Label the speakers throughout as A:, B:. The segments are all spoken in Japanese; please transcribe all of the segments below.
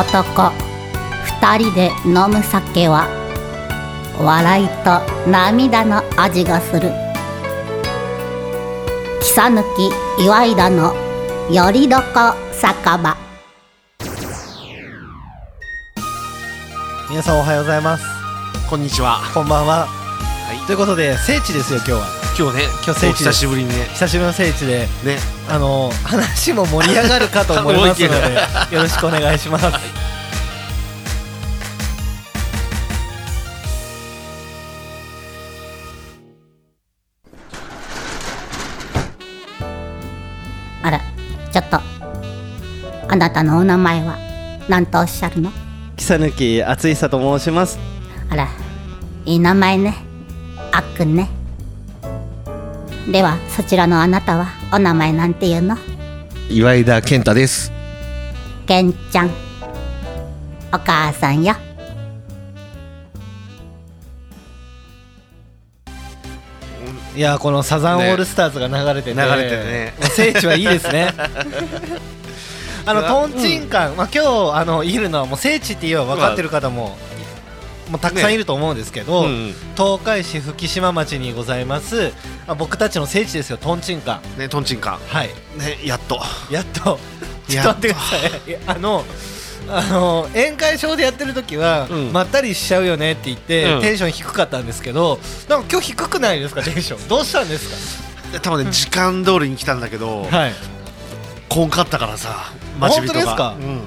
A: 男二人で飲む酒は笑いと涙の味がする草抜き岩井田のよりどこ酒場
B: 皆さんおはようございます
C: こんにちは。
B: こんばんは
C: はい。
B: ということで聖地ですよ今日は
C: 今日ね、
B: 今日聖地
C: お久しぶりにね、
B: 久しぶりの聖地で
C: ね、
B: あの話も盛り上がるかと思います の
C: 思いっ
B: でよろしくお願いします
A: あらちょっとあなたのお名前は何とおっしゃるの
D: 草抜き厚久と申します
A: あらいい名前ねあっくんねではそちらのあなたはお名前なんていうの
E: 岩井田健太です
A: けんちゃんお母さんよ
B: いやーこのサザンオールスターズが流れてて、
C: ね流れてね
B: もう聖地はいいです ねあのトンチンカン、まあ、今日あのいるのはもう聖地って言えば分かってる方も、もうたくさん
C: ね
B: いると思うんですけど、
C: うん
B: 東海市福島町にございます、あ、僕たちの聖地ですよトンチンカン
C: ね、とんちんか
B: はい
C: ね、やっと。
B: やっとちょっと待ってくださいいやあのあの宴会場でやってる時は、
C: うん
B: まったりしちゃうよねって言って、
C: うん
B: テンション低かったんですけどなんか今日低くないですかテンションどうしたんですか
C: で多分ね、時間通りに来たんだけど、
B: はい、
C: こんかったからさ、待ち人が。
B: 本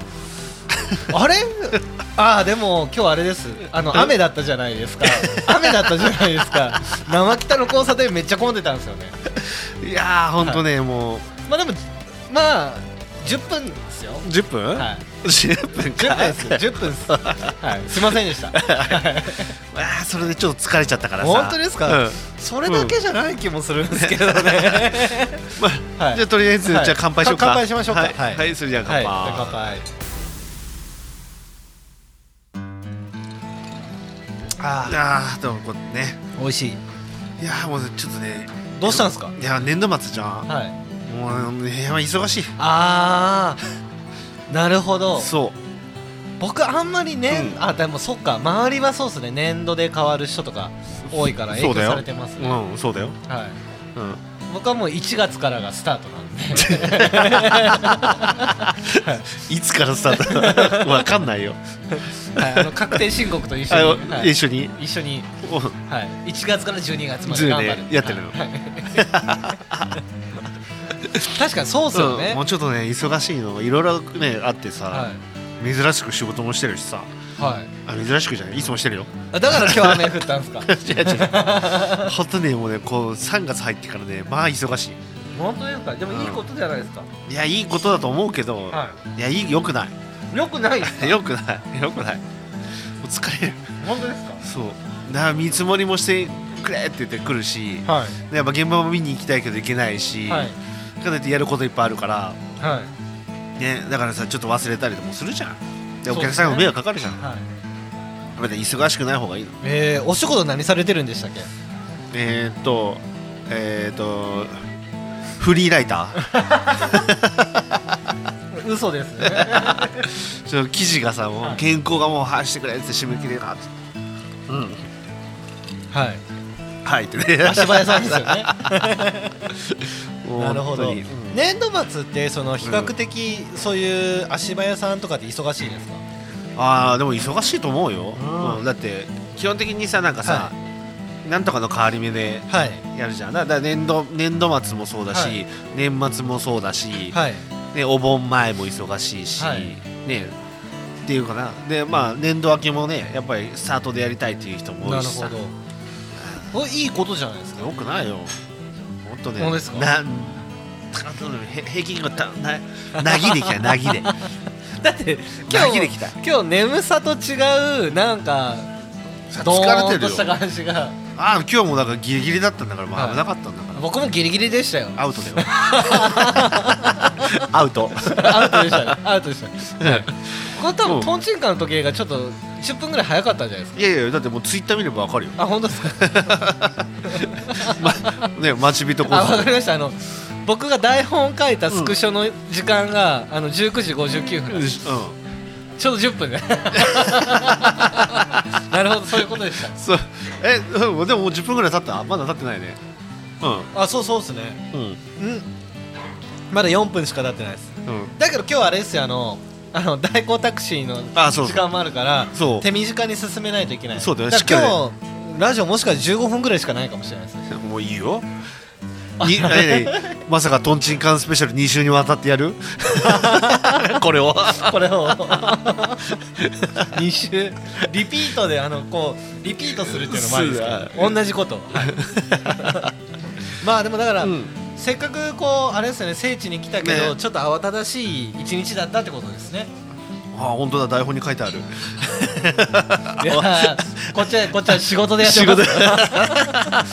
B: あれ ああでも今日あれですあの雨だったじゃないです か雨だったじゃないですか生北の交差点めっちゃ混んでたんですよね
C: うんいやー、ほんとね、もう、
B: まあでもまあ10分ですよ
C: 10分、
B: はい
C: ?10 分か。
B: 10分ですよ10分です、はい、すいませんでした、はい
C: あーそれでちょっと疲れちゃったからさ。
B: 本当ですか、
C: うん
B: それだけじゃない気もするんですけどね、
C: まあ
B: はい
C: じゃあ、とりあえず、
B: はい
C: じゃあ乾杯しようか。
B: か乾杯しましょうか
C: はい、
B: はい
C: はいそれじゃ あ
B: はい
C: 乾
B: じ
C: 杯。
B: ゃあ乾杯あー
C: あー、でもこれね、
B: 美味しい
C: いやー、もうねちょっとね、
B: どうしたんですか
C: いや、年度末じゃん。
B: はい
C: もう、ね、忙しい。
B: ああなるほど
C: そ
B: 僕あんまりね、
C: うん
B: あでもそっか周りはそうですね年度で変わる人とか多いから影
C: そう
B: 響
C: だよ
B: されてます
C: う。
B: ね、
C: うん、そうだよ。
B: はい、
C: うん。
B: 僕はもう1月からがスタートなんで
C: いつからスタ ートわかんないよ。
B: はい、あの確定申告と一緒
C: あ
B: に、
C: の
B: は
C: 一
B: い、
C: 緒に。
B: 一緒に、
C: お
B: はい、1月から12月まで頑張る、
C: 10ねやってるの
B: はい確かにそうですよね、
C: うんもうちょっとね忙しいのいろいろねあって
B: は
C: さ、珍しく仕事もしてるしさ
B: い、はい
C: あ珍しくじゃないいつもして るよ
B: あ、だから今日雨降ったんですか
C: 違う違う本当ねもうねこう3月入ってからねまあ忙し
B: 本当ですかでもいいことじゃないですか、
C: いいやいいことだと思うけど、、
B: はい
C: やいいよくない
B: よくないですか
C: いよくないよくないもう疲れる
B: 本当ですか
C: そうだから見積もりもしてくれって言ってくるし
B: は
C: やっぱ現場も見に行きたいけど行けない
B: い
C: し、
B: はい
C: かといってやることいっぱいあるから
B: はい
C: ね、だからさちょっと忘れたりもするじゃんで
B: そうです
C: お
B: ね
C: 客さんも迷惑かかるじゃん、
B: はい
C: やっぱり忙しくない方がいいの
B: えー、お仕事何されてるんでしたっけ
C: えー、っとえー、っとフリーライター
B: 嘘ですね
C: ちょっと記事がさも
B: は
C: う
B: い
C: 原稿がもう発してくれって締め切りがあってうん
B: はい
C: はいってね
B: 足早さんですよ ね
C: もう
B: なるほど
C: 本当にうん
B: 年度末ってその比較的そういう足早さんとかで忙しいですか、
C: ああでも忙しいと思うよ、
B: うん
C: うんだって基本的にさなんかさ、なんとかの変わり目で
B: はい
C: やるじゃんだだから年度年度末もそうだし、
B: はい
C: 年末もそうだし、
B: はい
C: ね、お盆前も忙しいし、
B: はい
C: ねっていうかなでまあ年度明けもねやっぱりスタートでやりたいっていう人も多
B: ないる
C: しさ
B: ほどこれいいことじゃないですか
C: よくないよほんとね
B: 本当ですか
C: なんへ平均がたななぎできたな ぎで
B: だって
C: なぎできた
B: 今日眠さと違うなんか
C: さ
B: ド
C: 疲
B: ー
C: れ
B: ン
C: て
B: と
C: る
B: した
C: よ
B: 感じが
C: ああ今日もだからギリギリだったんだから、ま
B: は
C: あ、
B: い
C: 危なかったんだから、
B: 僕もギリギリでしたよ
C: ア ウトだよアウト
B: アウトでした ねアウトでしたねこれ多分トンチンカンの時計がちょっと10分ぐらい早かったんじゃないですか
C: いやいやだってもうツイッター見ればわかるよ、
B: あ本当ですか
C: ま、ね待ち人コ
B: あわか
C: ー
B: りましたあの僕が台本を書いたスクショの時間が、あの19時59分なんです
C: スうん
B: ちょうど10分ね なるほどそういうことでした
C: そうえうんでももう10分ぐらい経ったまだ経ってないね
B: あそうそうっすね
C: うんうん
B: うんまだ4分しか経ってないです
C: うん
B: だけど今日あれですよあのあの 代行タクシーの
C: あそう
B: 時間もあるから
C: そう
B: 手短に進めないといけない
C: そうだよ
B: ね
C: しっ
B: 今
C: か
B: 日ラジオもしかして15分ぐらいしかないかもしれないですね
C: もういいよにえまさかとんちんかんスペシャル2週にわたって やるこれを
B: これを 2週リピートであのこうリピートするっていうのもあるんですけど同じこと、 はいまあでもだから、
C: うん
B: せっかくこうあれですよね聖地に来たけど、
C: ね
B: ちょっと慌ただしい一日だったってことですね
C: あ本当だ台本に書いてある
B: いやーこっちはこっちは仕事でやってます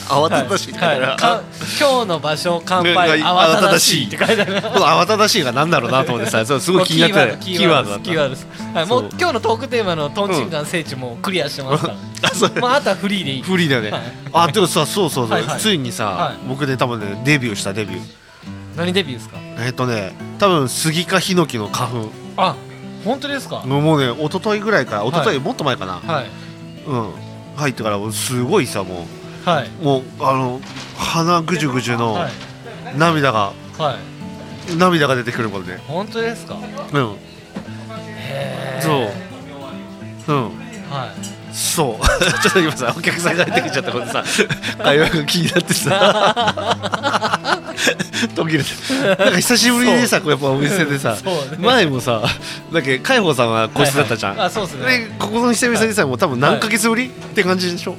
C: 慌ただしい
B: はい
C: から、
B: か今日の場所乾
C: がが
B: 杯慌ただしいって書いてある
C: この慌ただしいが何だろうなと思ってさそうすごい気になって た
B: キーワードキー
C: だ
B: ワ
C: っ
B: ードですキーワードですはいもう
C: そう
B: 今日のトークテーマのトンチンカン聖地もクリアしてますから、
C: たあそう
B: まああとはフリーでいい
C: フリーだよね、
B: はい
C: あでもさそうそうそう、
B: はいはい
C: ついにさ、
B: はい
C: 僕ね多分ねデビューしたデビュー
B: 何デビューですか
C: えっ、とね多分スギかヒノキの花粉
B: あ本当ですか、
C: もうね一昨日ぐらいから一昨日、
B: はい
C: もっと前かな
B: はい
C: うん入ってからもうすごいさも
B: はいう
C: もうあの鼻ぐじゅぐじゅの
B: はい
C: 涙が、
B: はい
C: 涙が出てくるもんね
B: 本当ですか
C: うん
B: へ
C: そうう
B: ー
C: ん
B: はい
C: そう ちょっと今さお客さんが入ってきちゃったこと でさ会話が気になってさ途切れてなんか久しぶりにさこうやっぱお店でさ、
B: そうね
C: 前もさだっけ海宝さんは個室だったじゃ
B: は
C: ん、
B: いはいあそうっすね
C: でここの久々にさもう多分何ヶ月ぶり、って感じでしょ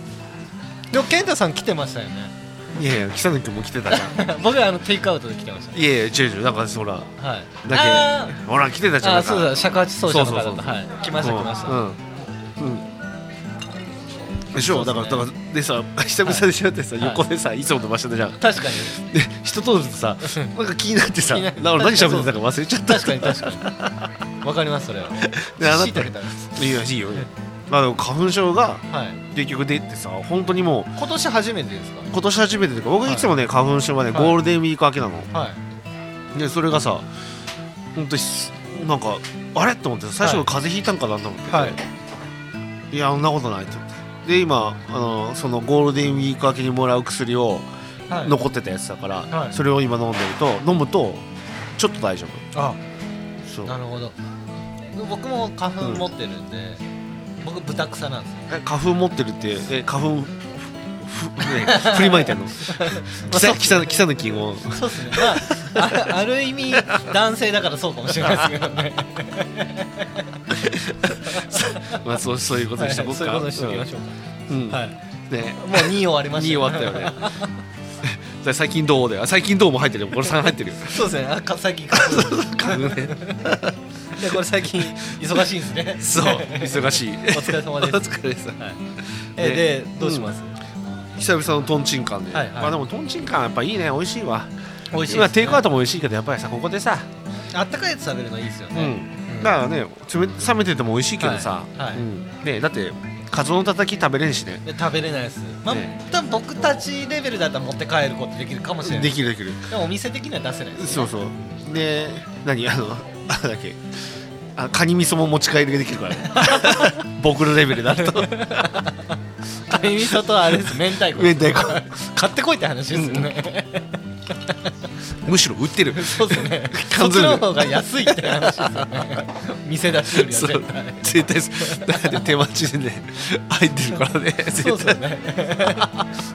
B: でも健太さん来てましたよね
C: いやいや北野君も来てたじゃ ん
B: 僕はあのテイクアウトで来てまし
C: いやいや違う違うなんかほら
B: たはい
C: だけ
B: あー
C: ほら来てたじゃん
B: あ
C: な
B: ー
C: んか
B: そうだ尺八奏者の方だ
C: そうそうそうそう
B: はい来ました来ました、
C: うん、うんうん、でしょ、
B: そ
C: だ
B: う
C: か
B: っ
C: ら
B: すね
C: だからでさ久々にしゃってさ、
B: はい
C: 横でさいつもの場所でじゃん
B: 確かに
C: で人通るとさなんか気になってさ
B: 気にな
C: な
B: る
C: 俺何喋ってたか忘れちゃった
B: 確かに確かにわかりますそれは
C: であなた
B: 椎茸だ
C: いやいいよいいよまあでも花粉症が
B: はい
C: 結局出てさ本当にもう
B: 今年初めてですか
C: 今年初めてというか僕
B: はい
C: いつもね、花粉症はね
B: はい
C: ゴールデンウィーク明けなの、
B: はい
C: でそれがさ本当にすなんかあれと思って最初
B: はい
C: 風邪ひいたんかなと思って、
B: はい
C: いやそんなことないって言ってで今あのそのゴールデンウィーク明けにもらう薬を
B: はい
C: 残ってたやつだから、
B: はい
C: それを今飲んでると飲むとちょっと大丈
B: あ
C: 夫そう
B: なるほど僕も花粉持ってるんで、僕豚草なんですよ
C: え花粉持ってるってえ花粉ふ ふ、ね、振りまいてんの キサキサキサの木を
B: そうですねまあ あある意味男性だからそうかもしれないですけどね
C: まあそう そういうことにしとこうか、
B: はいはいそういうことにしておきましょ
C: うんうん
B: うか、はい、も
C: ね
B: う2終わりました
C: 2終わった よねさ最近どうだよ最近どうも入ってるよこれ3入ってるよ
B: そうですねあか最近か
C: 花粉ね
B: でこれ最近忙しいんですね
C: そ う忙しいお
B: 疲れ様です
C: お疲れ様
B: はいえでどうします、
C: 久々のトンチンカンで、
B: はいはい
C: まあでもトンチンカンやっぱいいね美味しいわ
B: 美味しい
C: 今テイクアウ
B: ト
C: トも美味しいけどやっぱりさここでさ、
B: あったかいやつ食べるのいいですよ
C: う
B: ね、
C: ん、だからね冷冷めてても美味しいけどさ、
B: はいはい
C: うんねだってカツオのたたき食べれんしね
B: で食べれないですまあ、
C: ね
B: 多分僕たちレベルだったら持って帰ることできるかもしれない
C: できるできる
B: でもお店的には出せないです、ね、
C: そうそうで何あのあれだっけあカニ味噌も持ち帰りができるからね 僕のレベルだと
B: カニ味噌とあれです明太子
C: 明太子
B: 買ってこいって話ですよね、
C: むしろ売ってる
B: そうですねそ
C: 缶
B: っち
C: 詰
B: の方が安いって話ですよ ね店出しよりは
C: そう
B: 絶対
C: 絶対そうだって手待ちでね入ってるからね絶
B: そう
C: 対
B: ですよ ね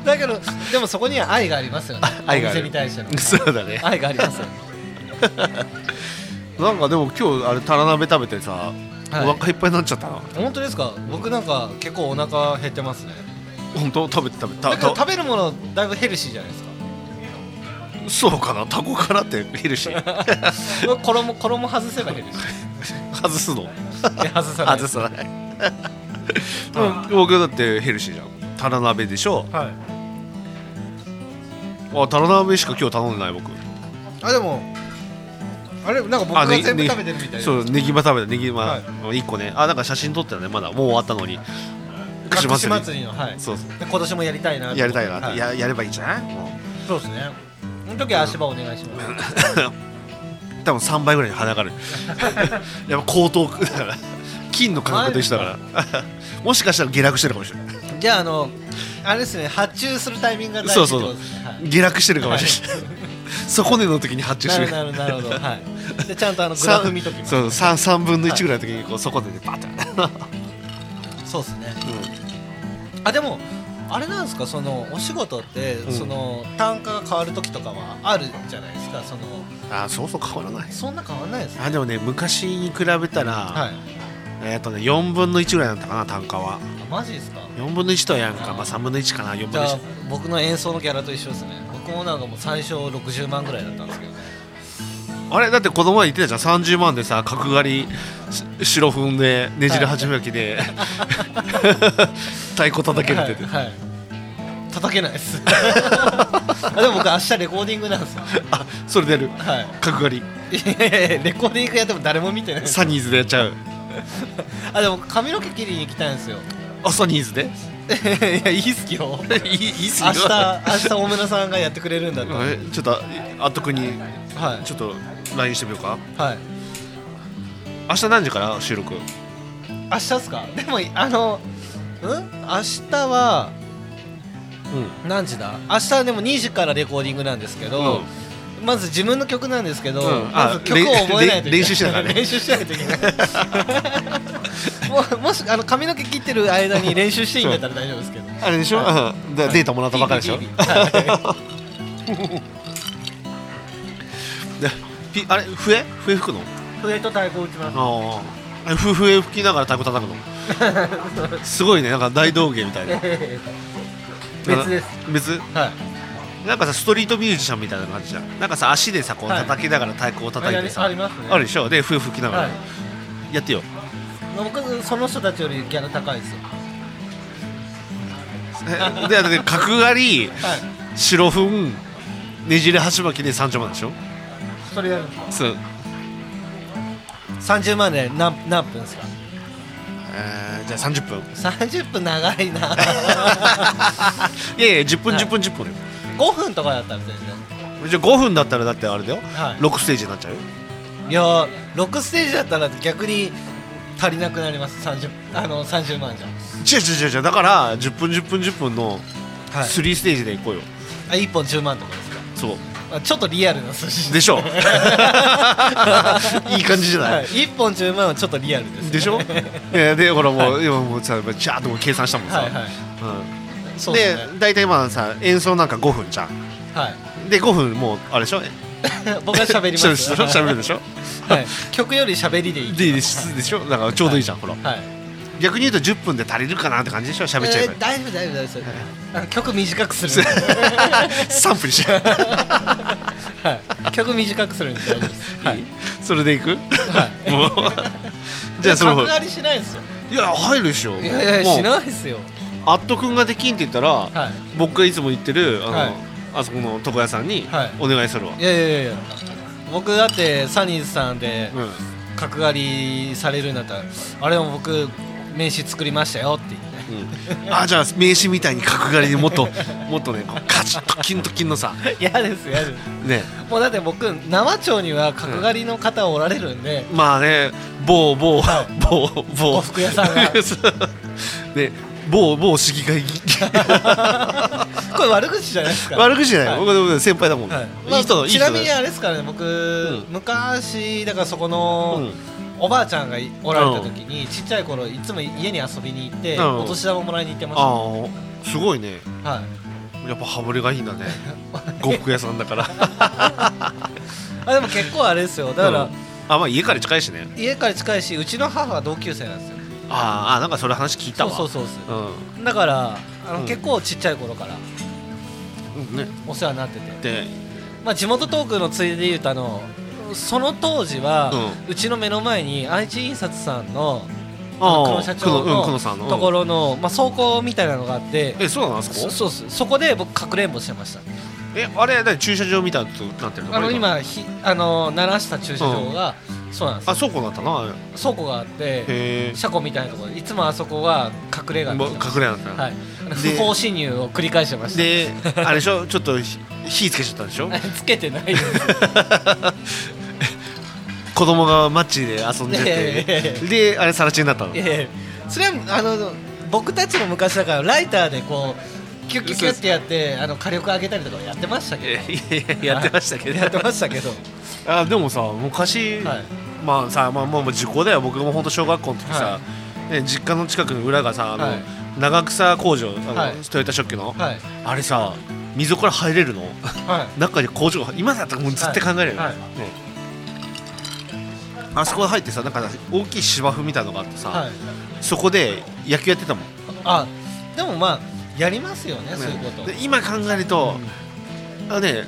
B: だけどでもそこには愛がありますよね
C: 愛があ
B: お
C: る
B: 店に対して の
C: そうだね
B: 愛がありますよね
C: なんかでも今日あれタラ鍋食べてさ、
B: はい
C: お腹いっぱいになっちゃったな
B: 本当ですか僕なんか結構お腹減ってますね
C: 本当食べて食べて
B: なんか
C: たた
B: 食べるものだいぶヘルシーじゃないですか
C: そうかなタコからってヘル シー
B: 僕衣衣外せばヘルシー
C: 外すの
B: いや外さない
C: 外さ ないうん僕だってヘルシーじゃんタラ鍋でしょ
B: はい
C: あタラ鍋しか今日頼んでない僕
B: あでもあれなんか僕
C: あ
B: が
C: ね
B: 全部
C: ね
B: 食べてるみたいな
C: そうネギバ食べたネギ
B: は
C: バ一個ねあなんか写真撮ってたねまだもう終わったのに
B: 串祭り
C: り
B: のはい
C: そうそう
B: 今年もやりたいなと思って
C: やりたいなって、
B: は
C: ややればいいんじゃないもう
B: そうですねその時は足場お願いします
C: 多分3倍ぐらいに跳ね 上がるやっぱ高騰だから金の感覚と一緒だからもしかしたら下落してるかもしれない
B: じゃああのあれですね発注するタイミングが大事
C: そうそう
B: ってこ
C: そう
B: とですねはい
C: 下落してるかもしれない底値の時に発注して
B: なるなるなるほど、 はい、でちゃんとあのグラフ見ときます
C: そう三三分の一ぐらいの時にこうそこでねバタッ
B: そうですね、あでもあれなんですかそのお仕事って、その単価が変わる時とかはあるじゃないですかその
C: あーそうそう変わらない
B: そんな変わらないですね
C: あでもね昔に比べたら、
B: はい
C: えっ、とね4分の1ぐらいだったかな単価は
B: あマジですか
C: 4分の1とはやんか、まあ、3分の1かな4
B: じ
C: 分
B: ゃ
C: の
B: あ
C: 1
B: 僕の演奏のギャラと一緒ですね僕もなんかもう最初60万ぐらいだったんですけどね
C: あれだってこの前言ってたじゃん30万でさ角刈りし白踏んでねじれ始め焼きで、 太鼓叩けるって言って、
B: はいはい叩けないです あでも僕明日レコーディングなんですよ
C: あそれでやる
B: はい
C: 角刈り
B: いやいやいやレコーディングやっても誰も見てないです
C: サニーズでやっちゃう
B: あでも髪の毛切りに行きたいんですよ
C: あサニーズで
B: いやいいっすよ
C: いいい いっす
B: 明日明日大村さんがやってくれるんだったらはい
C: えちょっとあっとくにちょっと LINE してみようか
B: はい
C: 明日何時から収録
B: 明日っすかでもあのうん明日は何時だ明日でも2時からレコーディングなんですけど、まず自分の曲なんですけど、
C: うん
B: ま
C: あ
B: ず曲を覚えないといけない
C: れ練 習しながらね
B: 練習しないといけないもうもしあの髪の毛切ってる間に練習していいんだったら大丈夫ですけど
C: あれでしょ、うんだデータもらったばっかりでしょでピあれ笛笛吹くの
B: 笛と太鼓打ちます
C: ああふ笛吹きながら太鼓叩くの すごいねなんか大道芸みたいな
B: 別です
C: 別
B: はい
C: なんかさストリートミュージシャンみたいな感じじゃんなんかさ足でさこう
B: はい
C: 叩きながら太鼓を叩いてさ、
B: ありますね
C: あるでしょで笛吹きながら、
B: はい
C: や ってよ
B: 僕その人たちよりギャラ高いですよ
C: えでだって角刈り
B: はい
C: 白粉ねじれ鉢巻きで三丁目でしょ
B: それやるんで
C: そう
B: す30万で何何分ですか
C: えーじゃあ30分
B: 30分長いな
C: いやいや10分
B: はい
C: 10分10分だよ、
B: 5分とかだったら全然
C: じゃあ5分だったらだってあれだよ、
B: はい
C: 六6ステージになっちゃうよ
B: いや6ステージだったら逆に足りなくなります30あの30万じゃ
C: 違う違う違う違うだから10分10分10分の
B: はい
C: 3ステージでいこうよ、
B: あ1本10万とかですか
C: そう
B: あちょっとリアルな数字
C: でしょ
B: はい
C: い感じじゃない、
B: 1本10万はちょっとリアルです、ね、
C: でしょえーでほらもう、今もうさジャーッともう計算したもんさ、
B: はいはい
C: うん
B: そう
C: で
B: ですね
C: 大体今さ演奏なんか5分じゃん
B: はい
C: で5分もうあれでしょ
B: 僕は 喋ります
C: しゃべるでしょ
B: はい、曲より喋りでいい
C: ででしでしょだからちょうどいいじゃん、ほら
B: はい
C: 逆に言うと10分で足りるかなって感じでしょ喋っ ちゃえば、
B: ー大丈夫大丈夫大丈夫あの曲短く するんで
C: 3分にしちゃ
B: はい曲短くするんで大丈夫です
C: う、
B: は
C: はいい、 それでいく、
B: はい
C: もうじゃあその
B: 角刈りしないですよ
C: いや入るでしょ
B: いやいや
C: もう
B: しないですよ
C: あっとくんができんって言ったら、
B: は
C: 僕がいつも行ってるあの、
B: はい
C: あそこの床屋さんに
B: はい
C: お願いするわ、
B: いいやいやいやいや僕だってサニーズさんで
C: うん
B: 角刈りされるんだったらあれも僕名刺作りましたよって言って
C: うんあじゃあ名刺みたいに角刈りでもっともっとねこうカチッとキンとキンのさ
B: 嫌です嫌です
C: ね
B: もうだって僕生町には角刈りの方おられるんで、
C: まあね某某某某
B: お服屋さんが
C: ね某某市議会議 員
B: これ悪口じゃないですか
C: 悪口じゃない、
B: はい
C: 僕でも先輩だもん、
B: はい
C: い、い人いい
B: ち
C: 人だ
B: な
C: よ
B: みにあれですからね僕、昔だからそこの、
C: うん
B: おばあちゃんがいおられた時に、ちっちゃい頃いつも家に遊びに行って、
C: うん
B: お年玉もらいに行ってまし
C: ああすごいね
B: た、はい、
C: やっぱ羽振りがいいんだ ね呉服屋さんだから
B: あでも結構あれですよだから、
C: うんあまあ家から近いしね
B: 家から近いしうちの母は同級生なんですよ
C: あーあなんかそれ話聞いた
B: そう
C: わ
B: そうそうです
C: うん
B: だからあの、
C: うん
B: 結構ちっちゃい頃から
C: うんね
B: お世話になってて、
C: で
B: まあ、地元トークのついでで言うとあのその当時は、うちの目の前に愛知印刷さんのあの久
C: ー
B: 野社長
C: 久野うん久
B: の
C: 野さんの
B: ところの、まあ、倉庫みたいなのがあって
C: えそうなのあそ
B: そ
C: こ
B: そうっすそこで僕かくれんぼしてました
C: えあれ何駐車場みたいなとなってるの
B: あの今ひあの鳴らした駐車場が、そうなんです
C: あ
B: よ
C: 倉庫だったな
B: 倉庫があって
C: へえ
B: 車庫みたいなところでいつもあそこは隠れ家に
C: 隠
B: なってま
C: れなかった
B: すはいあの
C: で
B: 不法侵入を繰り返してま した
C: であ れでしょちょっと火火つけちゃったんでしょ
B: つけてないです
C: 子供がマッチで遊んで
B: いやいやいやい
C: てであれ更地になったの
B: いやいやそれはあの僕たちも昔だからライターでこうキュッキュッキュッってやってあの火力上げたりとかやってました
C: い
B: け
C: やいやいややってましたけ
B: ど
C: ど
B: やってましたけ ど
C: あでもさ昔、
B: はい
C: まあさまあまあまあ時効だよ僕も本当小学校の時
B: は
C: さ、ね、実家の近くの裏がさあの、
B: はい
C: 長草工場あの、
B: はい
C: トヨタ食器の、
B: はい
C: あれさ溝から入れるの
B: は
C: 中に工場が今だったらもう絶対考えるよね,、
B: はいはい
C: ねあそこ入ってさなんか大きい芝生みたいのがあって
B: い
C: さ、
B: はい
C: そこで野球やってたもん
B: あでもまあやりますよねそういうこと
C: で今考えると、あね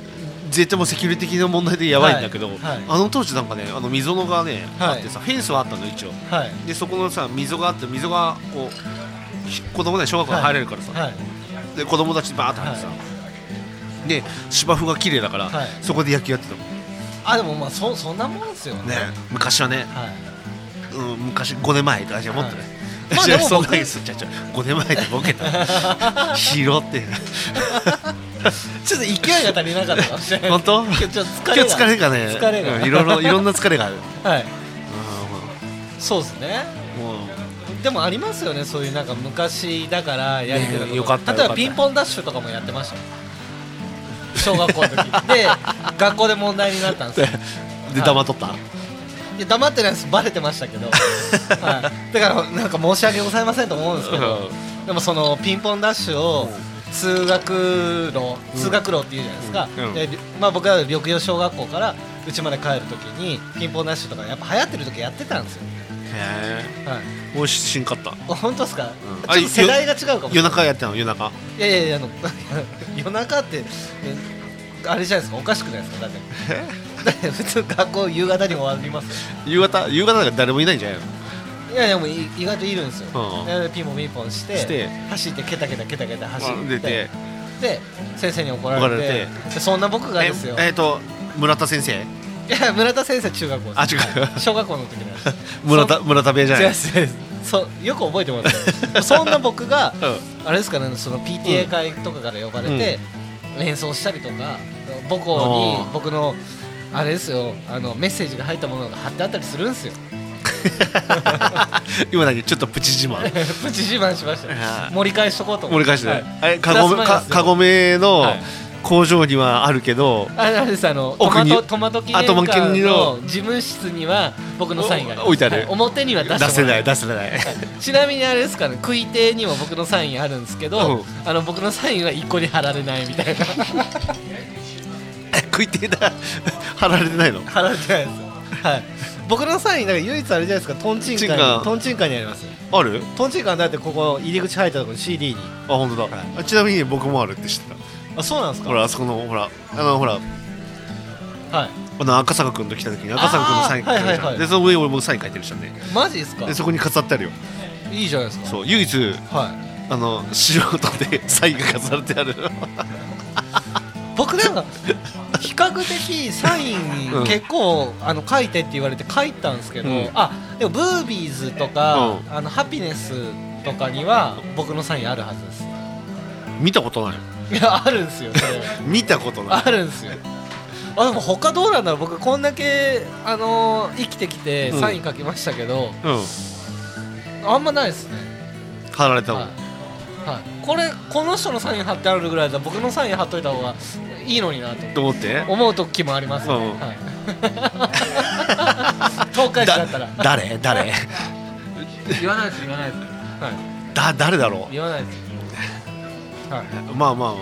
C: 絶対もうセキュリティの問題でやばいんだけど、
B: はいはい
C: あの当時なんかねあの溝のがね、
B: はい
C: あってさフェンスはあったの一応
B: はい
C: でそこのさ溝があって溝がこうひ子供ね小学校入れるからさ、
B: はい
C: で子供たちバーって入ってさ、
B: は
C: で芝生が綺麗だから、
B: はい
C: そこで野球やってたもん
B: あでもまあそそんなもんですよね
C: ね昔はね、
B: はい
C: うん、昔5年前とかじゃもっと ね、
B: はいまあ
C: いや
B: でも僕
C: そんなにすっちゃちゃ5年前でボケた拾って
B: ちょっと勢いが足りなかったかもしれない
C: 本当
B: 今日ちょっと疲
C: 今日
B: れが
C: 疲れがね
B: 疲れが
C: うんいろいろいろんな疲れがある、
B: はい
C: うん
B: そうですね
C: もう
B: でもありますよねそういうなんか昔だからやりてたこと
C: ねよかった
B: 例えば
C: よかった
B: ピンポンダッシュとかもやってましたよ小学校の時で学校で問題になったんですよ
C: で黙っとった、
B: いや黙ってないですバレてました けど、はい、だからなんか申し訳ございませんと思うんですけど、でもそのピンポンダッシュを通学路、通学路っていうじゃないですか、
C: うんうん
B: でまあ、僕は緑葉小学校からうちまで帰るときにピンポンダッシュとかやっぱ流行ってる時やってたんですよ、
C: へ
B: はい、
C: え美味しいんかった、うん
B: あ本当ですか、
C: あ
B: ちょっと世代が違うかもしれな
C: 夜
B: い
C: 中やってたの夜中
B: いやいやいやあの 夜中ってねあれじゃないですかおかしくないですかだって だって普通学校夕方に終わりますよ
C: 夕方夕方なんか誰もいないんじゃないの
B: いやいやもうい意外といるんですよ、
C: うん
B: でピンポンピンポンして
C: して
B: 走ってケタケタケタケタ走って
C: 出て
B: で先生に怒られて
C: 怒られ
B: でそんな僕が
C: え
B: ですよ
C: えーと村田先生
B: いや村田先生中学校です
C: あ違う
B: 小学校の時なんです
C: 村田村田部屋じゃない
B: 違う違うそうよく覚えてます よそんな僕があれですかねその PTA 会とかから呼ばれて、演奏したりとか母校
C: あ
B: に
C: ー
B: 僕のあれですよあのメッセージが入ったものが貼ってあったりするんですよ
C: うん、今だけちょっとプチ 自慢
B: プチ自慢しました
C: あー
B: 盛り返しとこうと思
C: 盛
B: っ
C: り
B: て
C: 返して、
B: はい
C: あれカゴメ
B: プラスマイナ
C: か
B: ス
C: カゴメの
B: はい
C: 工場にはあるけど、
B: あれあれですあのト
C: 奥
B: マ
C: に
B: トトマト記念
C: あトマト記
B: 館
C: 念の
B: の事務室には僕のサインがあります
C: お置いてある
B: は表には出してもら
C: 出せないい出せない
B: ちなみにあれですかね食い手にも僕のサインあるんですけど、
C: うん
B: あの僕のサインは一個に貼られないみたいな
C: 食い手だ 貼られてないの
B: 貼られてないですはい僕のサインなんか唯一あれじゃないですかトンチンカン
C: チンカン
B: トンチンカンにあります
C: ある
B: トンチンカンだってここ入り口入ったところ CD に
C: あ本当だ、あちなみに僕もあるって知ってた
B: あそうなんですか
C: ほらあそこのほらあのほら
B: はい
C: あの赤坂君と来た時に赤坂君のサイン書いてるじ
B: あーは
C: ゃん、
B: いはいはい
C: でその上に俺もサイン書いてるじゃんね
B: マジですか
C: でそこに飾ってあるよ
B: いいじゃないですか
C: そう唯一
B: はい
C: あの素人でサインが飾っ てある
B: 僕なんか比較的サイン
C: うん
B: に結構、あの書いてって言われて書いたんですけど、
C: うん
B: あでもブービーズとか、
C: う
B: あのハピネスとかには僕のサインあるはずです
C: 見たことない
B: いやあるんですよそ れ
C: 見たことない
B: あるんですよあでも他どうなんだろう僕こんだけあのー生きてきて
C: うん
B: サイン書きましたけど、
C: うん
B: あんまないですね
C: 貼られたもん、
B: はい、はい、これこの人のサイン貼ってあるぐらいだ僕のサイン貼っといた方がいいのになと
C: と思って
B: 思う時もありますね、
C: うん
B: はい 東海市だったら
C: 誰 誰
B: 言わないです言わないです、は
C: だ誰だろ
B: い、言わないです、は
C: うまあまあま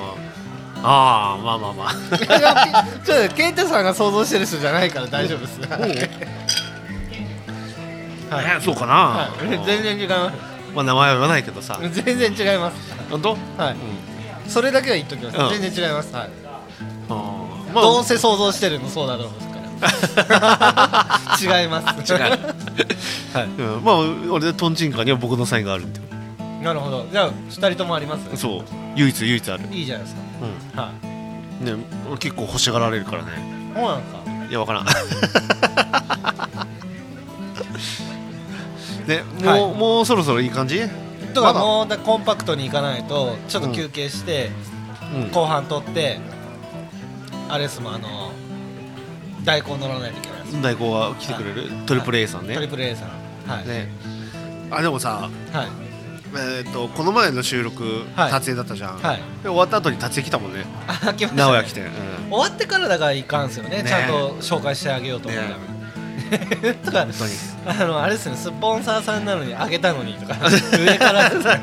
C: あああまあまあまあ
B: い、ちょっとケンタさんが想像してる人じゃないから大丈夫です、
C: えそうかな、
B: はい、 全然違いま
C: まあ、名前は言わないけどさ
B: す全然違います
C: 本当
B: はい、それだけは言っときます、
C: うん
B: 全然違います、はい
C: あー
B: どうせ想像してるのそうだろう から違います
C: 違ううんまあ俺でトンチンカンには僕のサインがあるんだよ
B: なるほどじゃあ2人ともあります
C: そう唯一唯一ある
B: いいじゃないですか
C: う
B: はい
C: んね俺結構欲しがられるからね
B: そうなんですか
C: いやわからん ねもう、
B: はい
C: もうそろそろいい感じ
B: とか
C: まだ
B: もうだコンパクトに行かないとちょっと休憩して、
C: うん
B: 後半取ってあれですもんあの大根乗らないといけない
C: 大悟が来てくれるトリプル A さんね
B: トリプル A さんはい、
C: ねあでもさ
B: はい
C: えー、とこの前の収録、
B: はい
C: 撮影だったじゃん、
B: はい
C: で終わった後に撮影来たもんね
B: あ来ました
C: 名古屋来て、うん
B: 終わってからだからいかんすよね
C: ね
B: ちゃんと紹介してあげようと思ったら、 とか
C: 当に
B: あのあれですねスポンサーさんなのにあげたのにと か上からですね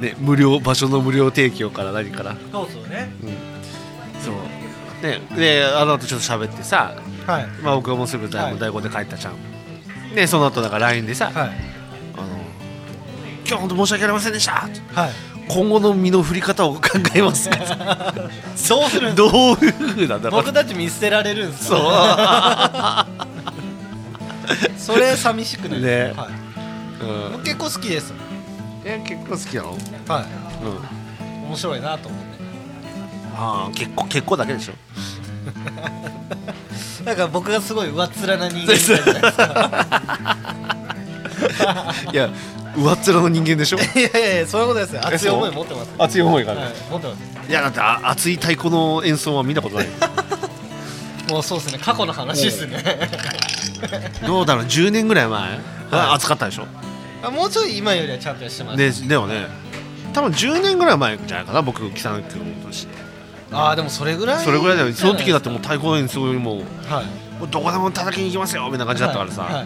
C: ね無料場所の無料提供から何から
B: そうそうね
C: そうねであの後ちょっと喋ってさ、
B: はい
C: まあ、僕はもうすぐ大
B: はい
C: 悟大悟で帰ったじゃん、でその後だから LINE でさ、
B: はい
C: あの「今日本当申し訳ありませんでした」
B: はい
C: 今後の身の振り方を考えます か
B: そうするんです
C: どういうふうなんだろう
B: 僕たち見捨てられるんです
C: そう
B: か それ寂しくないですか、はい、僕結構好きです
C: え結構好きなの、
B: はい
C: うん、
B: 面白いなと思って
C: ああ結構結構だけでしょ
B: なんか僕がすごい上っ面な人間みたいじゃないですか
C: いや上っ面の人間でしょ
B: いやいやいやそういうことですよ熱い思い持ってますよ
C: 熱い思いがある、
B: はい持ってます
C: い、やだってあ熱い太鼓の演奏は見たことない
B: もうそうですね過去の話ですね
C: どうだろう10年ぐらい前、あ熱かったでしょ
B: あもうちょい今よりはちゃんとしてます
C: ででもね多分10年ぐらい前じゃないかな僕北野君の年
B: ああでもそれぐらい
C: それぐらいだよその時だってもう
B: う
C: 太鼓の演奏よりも
B: はい
C: もうどこでも叩きに行きますよみたいな感じだったからさ、
B: はいはい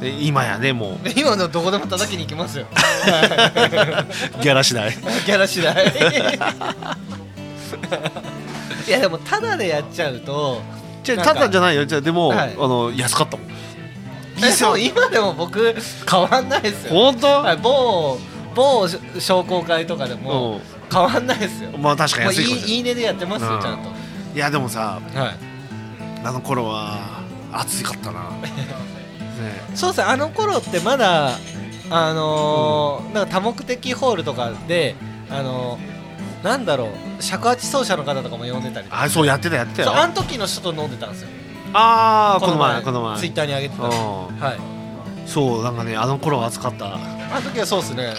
C: で今やねも
B: で今のどこでも叩きに行きますよ
C: うギャラしない
B: ギャラ次第いやでもただでやっちゃうと
C: じゃあただじゃないよじゃあでも、
B: はい
C: あの安かったもん
B: えそう今でも僕変わんないですよ、
C: 本当、
B: はい、某某商工会とかでも
C: う
B: 変わんないですよ
C: んまあ確かに
B: もう
C: 安い
B: い
C: こと
B: いいいねでやってます
C: う
B: よ
C: ん
B: ちゃんと、
C: いやでもさ
B: はい
C: あの頃は暑かった な。ね
B: そうですねあの頃ってまだあのーなんか多目的ホールとかであのーなんだろう尺八奏者の方とかも呼んでたりとか
C: あそうやってたやってた
B: そ
C: よ
B: う。あの時の人と飲んでたんですよ
C: ああこの前この前。
B: ツイッターに上げてた
C: うん
B: はい
C: そうなんかねあの頃は暑かった。
B: あの時はそうですね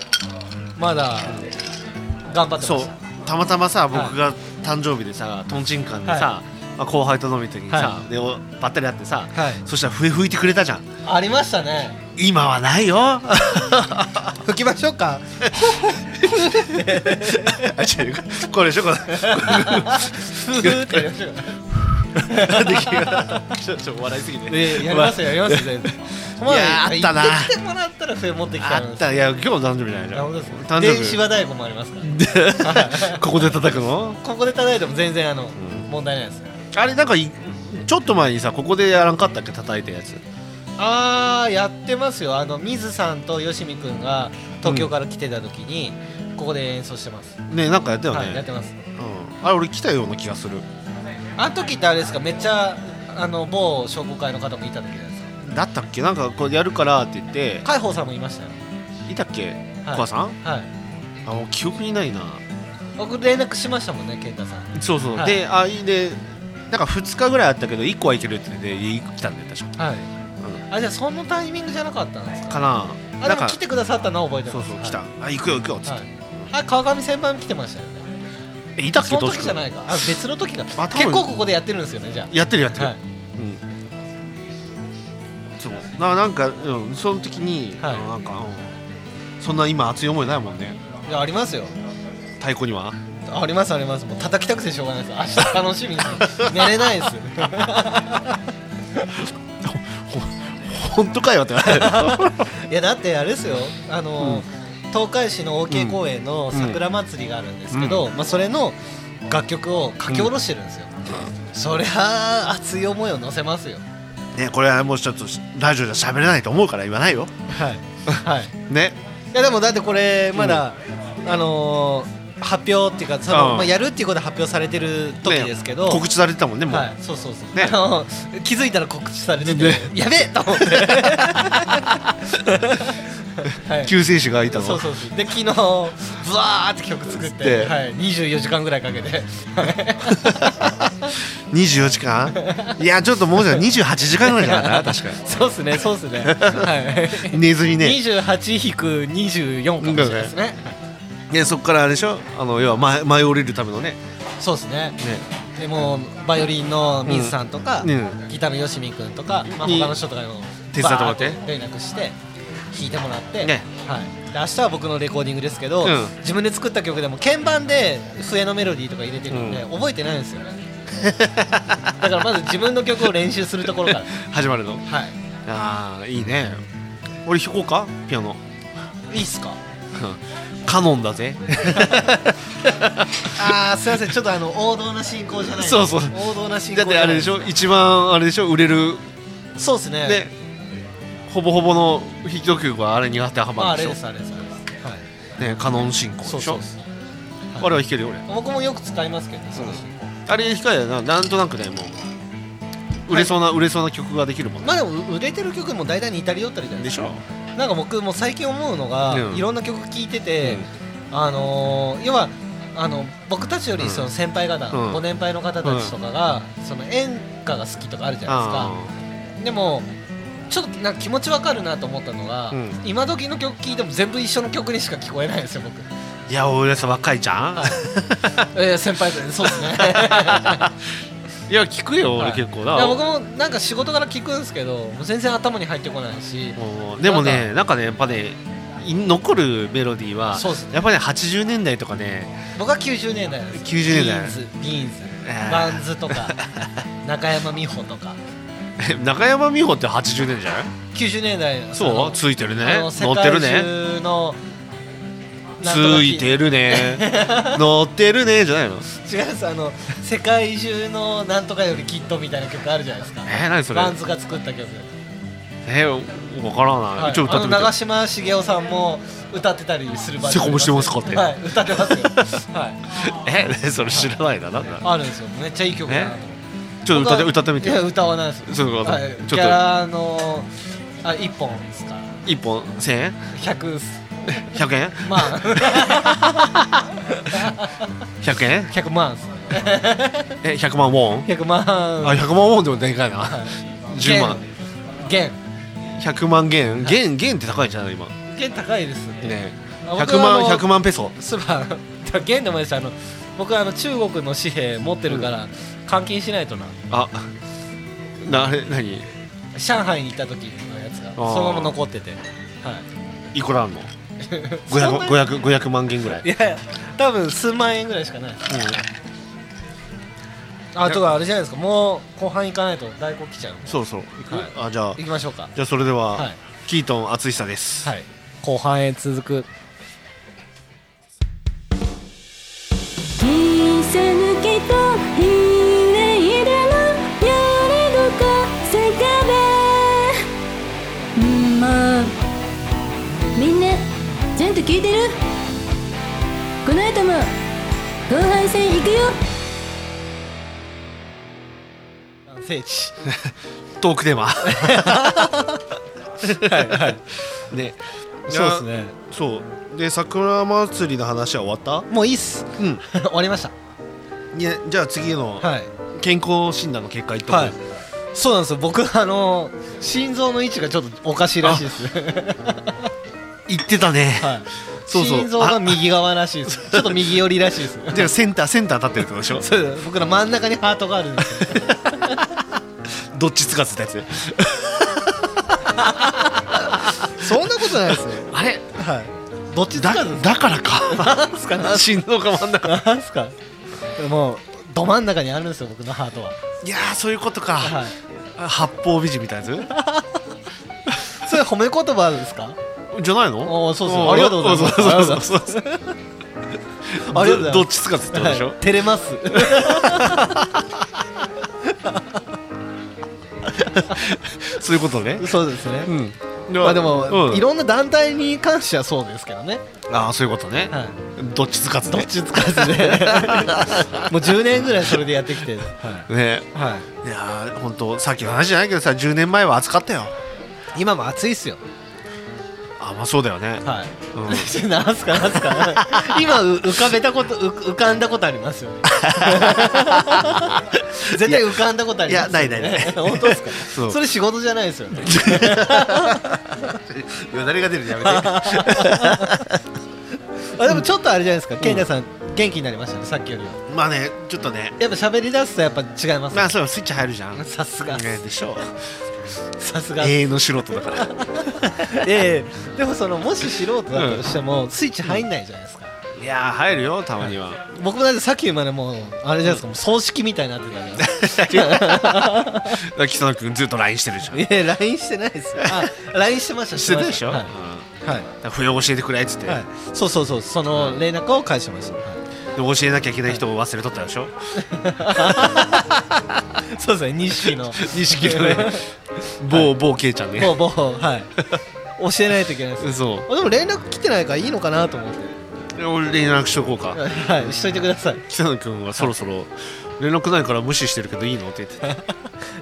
B: まだ頑張ってました
C: そうたまたま
B: は
C: さ
B: い
C: 僕が誕生日でさとんちんかんでさ、まあ、後輩と飲みた時にさ、でおばったり会ってさ、
B: はい
C: そしたら笛吹いてくれたじゃん。
B: ありましたね
C: 今はないよ。あ
B: 吹きましょうか
C: 違うこれでしょこれ。
B: ふーってやりましょう
C: ちょちょ笑いすぎて。
B: でやりますよやりますよ 全然
C: いやーあったな
B: 行ってきてもらったら笛持ってきた
C: あ
B: ん
C: っ
B: ですよ
C: たいや今日誕生日じゃないじゃ
B: あ
C: ん
B: 本当ですね。
C: 誕
B: で
C: 生
B: 芝太鼓もありますから
C: 日ここで叩くの？
B: ここで叩いても全然あの、問題ないですね
C: あれなんかいちょっと前にさここでやらんかったっけ叩いたやつ
B: ああやってますよあの水さんとよしみくんが東京から来てた時に、ここで演奏してます、
C: ねなんかやったよね、
B: はいやってます
C: うん、あれ俺来たような気がする
B: あの時ってあれですかめっちゃあの某商工会の方もいた時じゃないです
C: だったっけなんかこうやるからって言って
B: か海宝さんもいましたよ
C: いたっけ
B: は
C: 桑、
B: い
C: さん
B: はい
C: あもう記憶にないな
B: 僕連絡しましたもんね健太さんに
C: そうそう、
B: はい
C: であいいでなんか2日ぐらいあったけど1個はいけるって言ってい来たんだよ確か
B: はい、
C: う
B: あじゃあそのタイミングじゃなかったんですか
C: かな
B: あ
C: な
B: で
C: ん
B: も
C: か
B: 来てくださったのは覚えて
C: そ
B: ま
C: う
B: す
C: そう
B: はい
C: 来た、あ行くよ行くよっつっ
B: はい
C: て、
B: あ川上先輩も来てましたよね
C: えいたっけ
B: その
C: ト
B: 時
C: シ
B: じゃ
C: 君
B: ないかあ別の時だ
C: あ多分
B: 結構ここでやってるんですよねじゃ
C: やってるやって
B: あ
C: る、
B: はい
C: うんそうななんか、うん、その時に、
B: はい
C: あのなんか、うんそんな今熱い思いないもんね
B: いやありますよ
C: 太鼓には
B: ありますありますもう叩きたくてしょうがないです明日楽しみに寝れない ですよ
C: 本当かよって言われる
B: いやだってあれですよあの、東海市の OK 公園の桜祭りがあるんですけど、まあ、それの楽曲を書き下ろしてるんですよ、そりゃあ熱い思いを乗せますよ
C: ねこれはもうちょっとラジオじゃ喋れないと思うから言わないよ
B: はいはい
C: ね
B: いやでもだってこれまだ、あのー発表っていうかその、
C: うん
B: まあ、やるっていうことで発表されてる時ですけど、
C: ね告知されてたもんねもう、
B: はい、そうそうそう、
C: ね
B: あの気づいたら告知されてて、
C: ね
B: やべえと思 って、はい、
C: 救世主がいたの
B: そうそうそうで昨日ブワーって曲作って
C: で
B: はい、24時間ぐらいかけ て、
C: 24時 間いやちょっともうじゃ28時間ぐらいじゃないかな確か
B: そうっすねそうっすね、は
C: に寝ずに
B: い、
C: ね
B: 28引く24かもしれないですねはい
C: ねそっからあれでしょあの要は前前降りるためのね
B: そうっすね
C: ね
B: でもうバイオリンの水さんとか、
C: うん
B: ギターのよしみくんとか、まあ、
C: に
B: 他の人とかにも
C: 手伝ってもらって
B: バーと連絡して弾いてもらって、
C: ね
B: はい、で明日は僕のレコーディングですけど、
C: うん
B: 自分で作った曲でも鍵盤で笛のメロディーとか入れてるんで、覚えてないんですよねだからまず自分の曲を練習するところから
C: 始まるの
B: は
C: ああいいね俺弾こうかピアノ
B: いいいっすか
C: カノンだぜ
B: ああすいませんちょっとあの王道な進行じゃない
C: そうそう
B: 王道な進行
C: だってあれでし
B: ょ
C: ょ一番あれでしょ売れる
B: そうですね
C: ねほぼほぼのヒット曲はあれに当ては
B: まあ
C: ま
B: あ
C: る
B: れで
C: でし
B: すあれですあれですはい
C: ょねカノン進行でし
B: そ
C: ょ
B: うそうそう
C: あれは弾けるよ俺
B: 僕もよく使いますけどねその進行
C: あれ控えだななんとなくねもう売れそうな、売れそうな曲ができるもん
B: ま
C: ね
B: あでも売れてる曲も大体似たり寄ったりじゃないで
C: で
B: す
C: し
B: か
C: ょ
B: なんか僕も最近思うのが、
C: うん
B: いろんな曲聴いてて、あのー要はあの僕たちよりその先輩方、
C: うん
B: ご年配の方たちとかが、その演歌が好きとかあるじゃない
C: あ
B: ですかでもちょっとなんか気持ちわかるなと思ったのが、
C: うん
B: 今時の曲聴いても全部一緒の曲にしか聞こえないんですよ 僕、
C: ーいや俺さ若いじゃん、
B: はいえー先輩でそう ですね
C: い、や聞くよ俺
B: はい
C: 結構
B: い
C: な、
B: や僕もなんか仕事から聞くんですけどもう全然頭に入ってこないし
C: うんでもねなんかねやっぱねい残るメロディーは
B: そうっすね
C: やっぱり、ね、80年代とかね
B: 僕は90年代なんです
C: 90年
B: ビ
C: 代
B: ーンズビーンズ
C: あー
B: バンズと か中山美穂とか
C: 中山美穂って80年じゃない
B: 90年代
C: そう
B: い
C: ついてるね
B: ね
C: 乗ってるね
B: の
C: ついて
B: る
C: る ね乗ってるねじゃない
B: 違
C: の
B: うんですあの世界中のなんとかよりきっとみたいな曲あるじゃないですか
C: えー、何それ
B: バンズが作った曲、
C: えー、分からない、
B: はい
C: ちょっと歌って
B: あの
C: みて
B: 長嶋茂雄さんも歌ってたりするバンド
C: セコムしてますかって
B: はい歌ってますよはい
C: えー、それ知らないななんだ
B: あるんですよめっちゃいい曲だなと思って
C: ちょっと歌って歌ってみ
B: い
C: て
B: や歌わないです
C: そういうこと
B: はい
C: ちょっと
B: ギャラのあ一本ですか
C: 一本千円
B: 100っす
C: 百円
B: まあ
C: 百円
B: 100万っす
C: え百万ウォン
B: 100万
C: あ百万ウォンでもでかいな十万
B: 元
C: 百万元元元って高いんじゃない今
B: 元高いですね
C: ね
B: あ
C: 百
B: 僕はあ
C: 万
B: の
C: 百万ペソ
B: そういえばあの元でもいいですあの僕はあの中国の紙幣持ってるから換金しないとな
C: あなあれ何
B: 上海に行った時のやつがそのまま残っててはい
C: いく らあんの五
B: そんな
C: 百五百五百万元ぐらい
B: いやいや多分数万円ぐらいしかないあとはあれじゃないですかもう後半行かないと大根来ちゃうんで
C: そうそういく
B: はい
C: あじゃあ
B: 行きましょうか
C: じゃあそれで
B: は
C: はいキートン厚久です
B: はい、後半へ続く
F: 「切りさぬけとひねいでのやれどこせかべ」んーもうみんなちゃんと聞いてるこの後も後半戦行くよ
B: 聖地
C: トークテーマはいはいね
B: そうですね
C: そうで桜祭りの話は終わっ
B: もういいっす
C: たうん
B: 終わりました
C: いやじゃあ次の
B: はい
C: 健康診断の結果いっとこう、
B: はいそうなんですよ僕あの心臓の位置がちょっとおかしいらしいですね
C: 言ってたね、
B: はい
C: そうそう
B: 心臓が右側らしいですちょっと右寄りらしいです
C: じゃあセンターセンター立ってるってことでしょ
B: そうです僕の真ん中にハートがあるんですよ
C: どっちつかずってやつね
B: そんなことないですよ
C: あれ
B: はいどっちつ
C: だ
B: かず
C: だからか
B: なんすかなんす
C: 心臓が真ん中
B: かなんすかもうど真ん中にあるんですよ僕のハートは、
C: いやーそういうことか、
B: はい、
C: 八方美人みたいなや
B: それ褒め言葉ですか
C: つじゃないの
B: おーそうそうんありがとうございます
C: そうそうそうそ
B: あり
C: う
B: がとうございます
C: どっちつかずってことでしょ、
B: はい照れます
C: そういうことね
B: そうですね
C: うん
B: まあでも、
C: うん
B: いろんな団体に関してはそうですけどね、
C: ああそういうことね、
B: はい、
C: どっちつかず
B: どっ
C: ね
B: ちつかず でもう10年ぐらいそれでやってきて、は
C: ね
B: いはい
C: やー本当さっきの話じゃないけどさ10年前は暑かったよ
B: い、今も暑いっすよ、
C: あまあそうだよね、
B: はい
C: うん
B: なん すかなんすか今う浮かべたことう浮かんだことあります よね絶対浮かんだことありますよね
C: いやないないない
B: 本当ですか
C: そう
B: それ仕事じゃないですよね
C: よだれが出るのやめて
B: あでもちょっとあれじゃないですか健太さん、元気になりましたねさっきよりは
C: まあねちょっとね
B: やっぱ喋り出すとやっぱ違いますね
C: まあそうスイッチ入るじゃん
B: さすが
C: ねでしょう
B: さすが
C: 永遠の素人だ から
B: ええでもそのもし素人だったとしても、スイッチ入んないじゃないですか、
C: いやー入るよたまには
B: 僕だってさっきまでもうあれじゃないですか、もう葬式みたいになってたじゃないですか
C: だから木曽くんずっと LINE してるじゃん
B: いや LINE してないですよあ LINE してました
C: してたでしょ、
B: ま
C: うん
B: た
C: だ
B: はい、
C: から不要教えてくれっつって、
B: はいはい、そうそうそうその連絡を返してました、はい
C: で教えなきゃいけない人を忘れとったでしょ
B: そうですね錦の
C: 錦のね 某某けいちゃん
B: もう
C: ね
B: もうはい教えないといけないです
C: そ
B: あでも連絡来てないからいいのかなと思って
C: うで俺連絡しとこうか
B: はいしといてください
C: 北野君はそろそろ連絡ないから無視してるけどいいのって言って、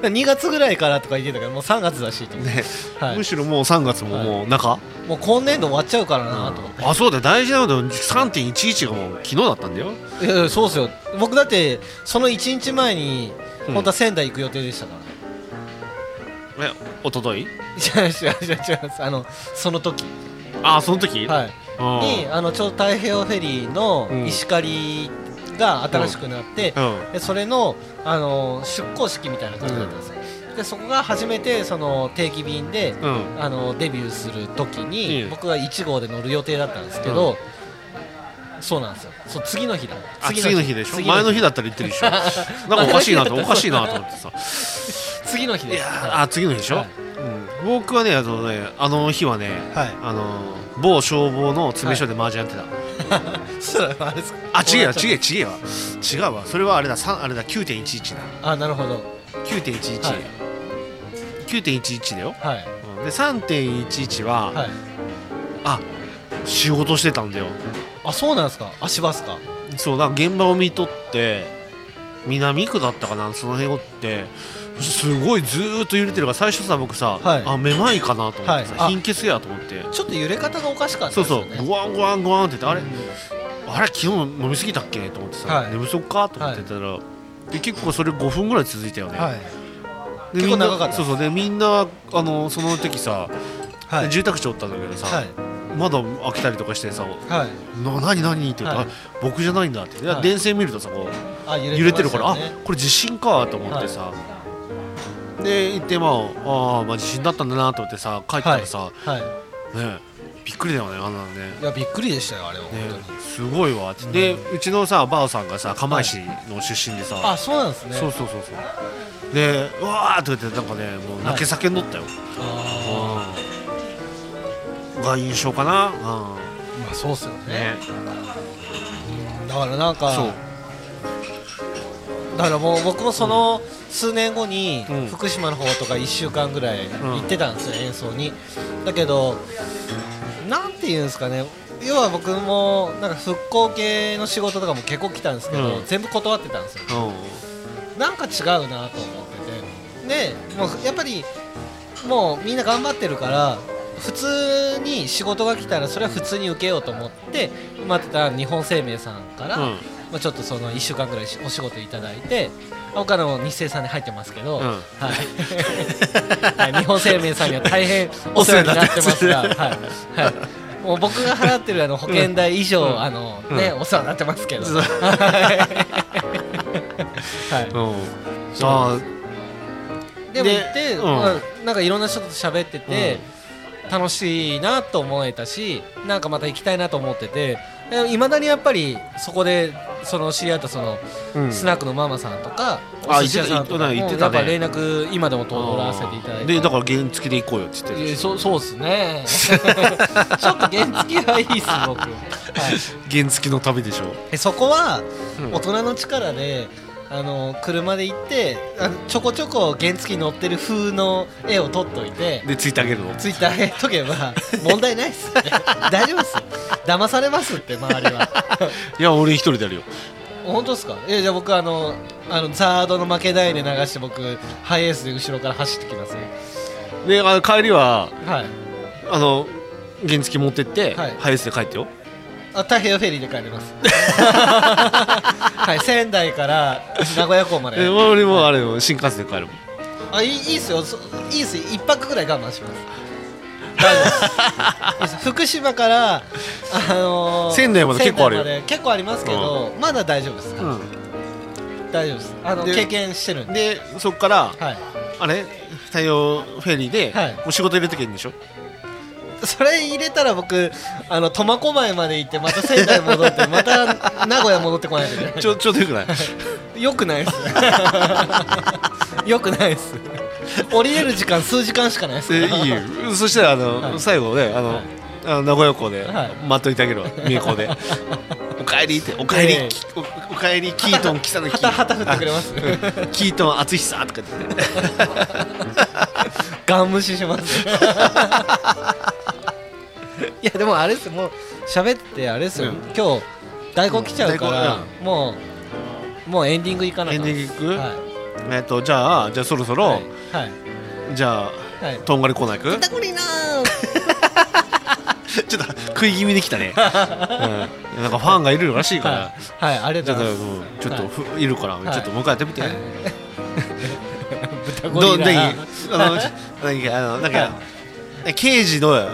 B: 2月ぐらいからとか言ってたけどもう3月だしと思って
C: ね
B: はい
C: むしろもう3月ももう中、
B: もう今年度終わっちゃうからなと思って、
C: あそうだよ大事なのは3.11がもう昨日だったんだよ
B: いやいやそうっすよ僕だってその1日前に
C: うん
B: 本当は仙台行く予定でしたから、
C: えおととい
B: 違う違う違う違うあのその時
C: あその時、
B: はい
C: うん
B: にあのちょうど太平洋フェリーの
C: うん
B: 石狩が新しくなって、
C: うん
B: でそれのあの出航式みたいな感じだったんですよ、でそこが初めてその定期便で、
C: うん
B: あのデビューする時に、
C: うん
B: 僕が1号で乗る予定だったんですけど、そうなんですよそう次の日だ
C: あ次の日でしょ前の日だったら言ってるでし ょなんかおかしいなとおかしいなと思ってさ
B: 次の日
C: い
B: です
C: やーあ次の日でしょ、
B: はい
C: うん、僕はねあのねあの日はね、
B: はい
C: あのー某消防の詰め所で麻雀やってた、
B: そうだあれですか
C: あ違えよ
B: こなっちゃ
C: 違え違えわ違うわそれはあれだ三あれだ9.11だ
B: あなるほど
C: 9.11、
B: はい
C: 9.11だよ、
B: はい
C: うんで3.11は、
B: はい
C: あ仕事してたんだよ
B: あそうなんですか足場っすか
C: そうだから現場を見とって南区だったかなその辺をってすごいずーっと揺れてるから最初さ僕さ、
B: はい
C: あめまいかなと思ってさ、
B: はいあ
C: 貧血やと思って
B: ちょっと揺れ方がおかしかった
C: そう
B: です
C: そ
B: よ
C: う
B: ね
C: グワングワングワンって言ってあれ
B: うん
C: あれ昨日飲みすぎたっけと思ってさ、
B: はい
C: 寝不足かと思ってたら、で結構それ5分ぐらい続いたよね、
B: はい
C: で
B: 結構
C: みんな
B: 長かった
C: そうそうでみんなあのその時さ、
B: はい
C: 住宅地おったんだけどさ、
B: はい
C: 窓開けたりとかしてさ「
B: はい
C: な何何?」って言ったら、
B: はい
C: あ僕じゃないんだ」って、いや
B: はい
C: 電線見るとさこう
B: あ揺
C: 揺れてるから、
B: ましたよね
C: あこれ地震かと思ってさ、で行ってまああー、まあ、地震だったんだなと思ってさ帰ったらさ、
B: はい
C: ねびっくりだよねあんなのね。
B: いやびっくりでしたよあれは本
C: ね
B: 当に、
C: すごいわって、でうちのさばあさんがさ釜石の出身でさ、
B: あそうなんですね
C: そうそうそうそうでうわーって言ってなんかねもう泣け叫んどったよ、
B: あ
C: うんが印象かな、う
B: ー
C: ん
B: まあそうっすよね
C: ね、
B: だからなんか
C: そう
B: だからもう僕もその数年後に
C: うん
B: 福島の方とか1週間ぐらい行ってたんですよ、演奏にだけどなんていうんですかね要は僕もなんか復興系の仕事とかも結構来たんですけど、
C: うん
B: 全部断ってたんですよなんか違うなと思っててでもうやっぱりもうみんな頑張ってるから普通に仕事が来たらそれは普通に受けようと思って待ってたら日本生命さんから、
C: うん
B: まあ、ちょっとその1週間ぐらいしお仕事いただいて他の日生さんに入ってますけど、
C: うん
B: はい はい日本生命さんには大変お世話になってますが、はいはい、もう僕が払ってるあの保険代以上、あのねお世話になってますけど、
C: そう
B: はい
C: うんうんあ
B: でも行って、
C: うん
B: まあなんかいろんな人と喋ってて、楽しいなと思えたしなんかまた行きたいなと思ってていまだにやっぱりそこでその知り合ったその、
C: うん
B: スナックのママさんとか
C: あ
B: お寿司屋さんとかも
C: 行
B: や
C: って
B: った
C: 行ってた
B: ぱ
C: ね
B: 連絡今でも取らせていただいて
C: でだから原付で行こうよって言ってる
B: い
C: で
B: や
C: し
B: そ
C: ょ
B: うそうっす ねちょっと原付はいいっす僕、はい、
C: 原付の旅でしょ、
B: えそこは
C: うん
B: 大人の力で、あの車で行ってあのちょこちょこ原付に乗ってる風の絵を撮っといて
C: でついてあげるの
B: ツイッターへとけば問題ないっ すよね大丈夫っすよ騙されますって周りは
C: いや俺一人でやるよ
B: 本当っすかえじゃあ僕あのあのザードの負けないで流して僕ハイエースで後ろから走ってきますよ
C: であの帰りは
B: はい
C: あの原付持ってって、
B: はい
C: ハイエースで帰ってよ
B: あ太平洋フェリーで帰りますはい仙台から名古屋港まで
C: え俺もあれよ新幹線で帰るもん
B: あいいいいっすよそいいっすよ一泊ぐらい我慢します大丈夫です福島から、あのー
C: 仙台まで結構あるよ
B: 仙台まで結構ありますけど、まだ大丈夫です、
C: うん
B: 大丈夫ですあの
C: で
B: 経験してるんで
C: でそこから
B: はい
C: あれ太陽フェリーで、
B: はい
C: もう仕事入れてけんでしょ
B: それ入れたら僕あの苫小牧まで行ってまた仙台戻 ってまた名古屋戻ってこないといけない
C: ちょちょうどよ くない
B: よくないです よくないです降りれる時間数時間しかないです
C: でいいよそしたらあの、
B: はい
C: 最後ねあの、
B: はい
C: あの名古屋港で、
B: はい
C: 待っといてあげるわ三重 港でおかえりっておかえり、
B: ええ
C: きおおかえりキートン来たの
B: 旗旗振ってくれます
C: キートン厚久とか言って
B: ガン無視します いやでもあれですもう喋ってあれですよ、
C: うん
B: 今日大根来ちゃうから、
C: うん大
B: もうもうエンディングいかない
C: エンディング行く、
B: はい
C: えっとじゃあじゃあそろそろ、
B: はい
C: じゃあ
B: はい
C: とんがりコーナー行
B: タコリな
C: くちょっと食い気味でき たね、うん、なんかファンがいるらしいから、
B: はい、はい、あり
C: ちょ
B: が
C: っ
B: とう
C: と、う
B: ございま
C: んちょっとふ、い、るから、
B: はい
C: ちょっともう一回やってみて。
B: す豚ゴ
C: どう、
B: リ
C: な
B: ラ
C: に、あの、何あの、なんか、刑事の
B: い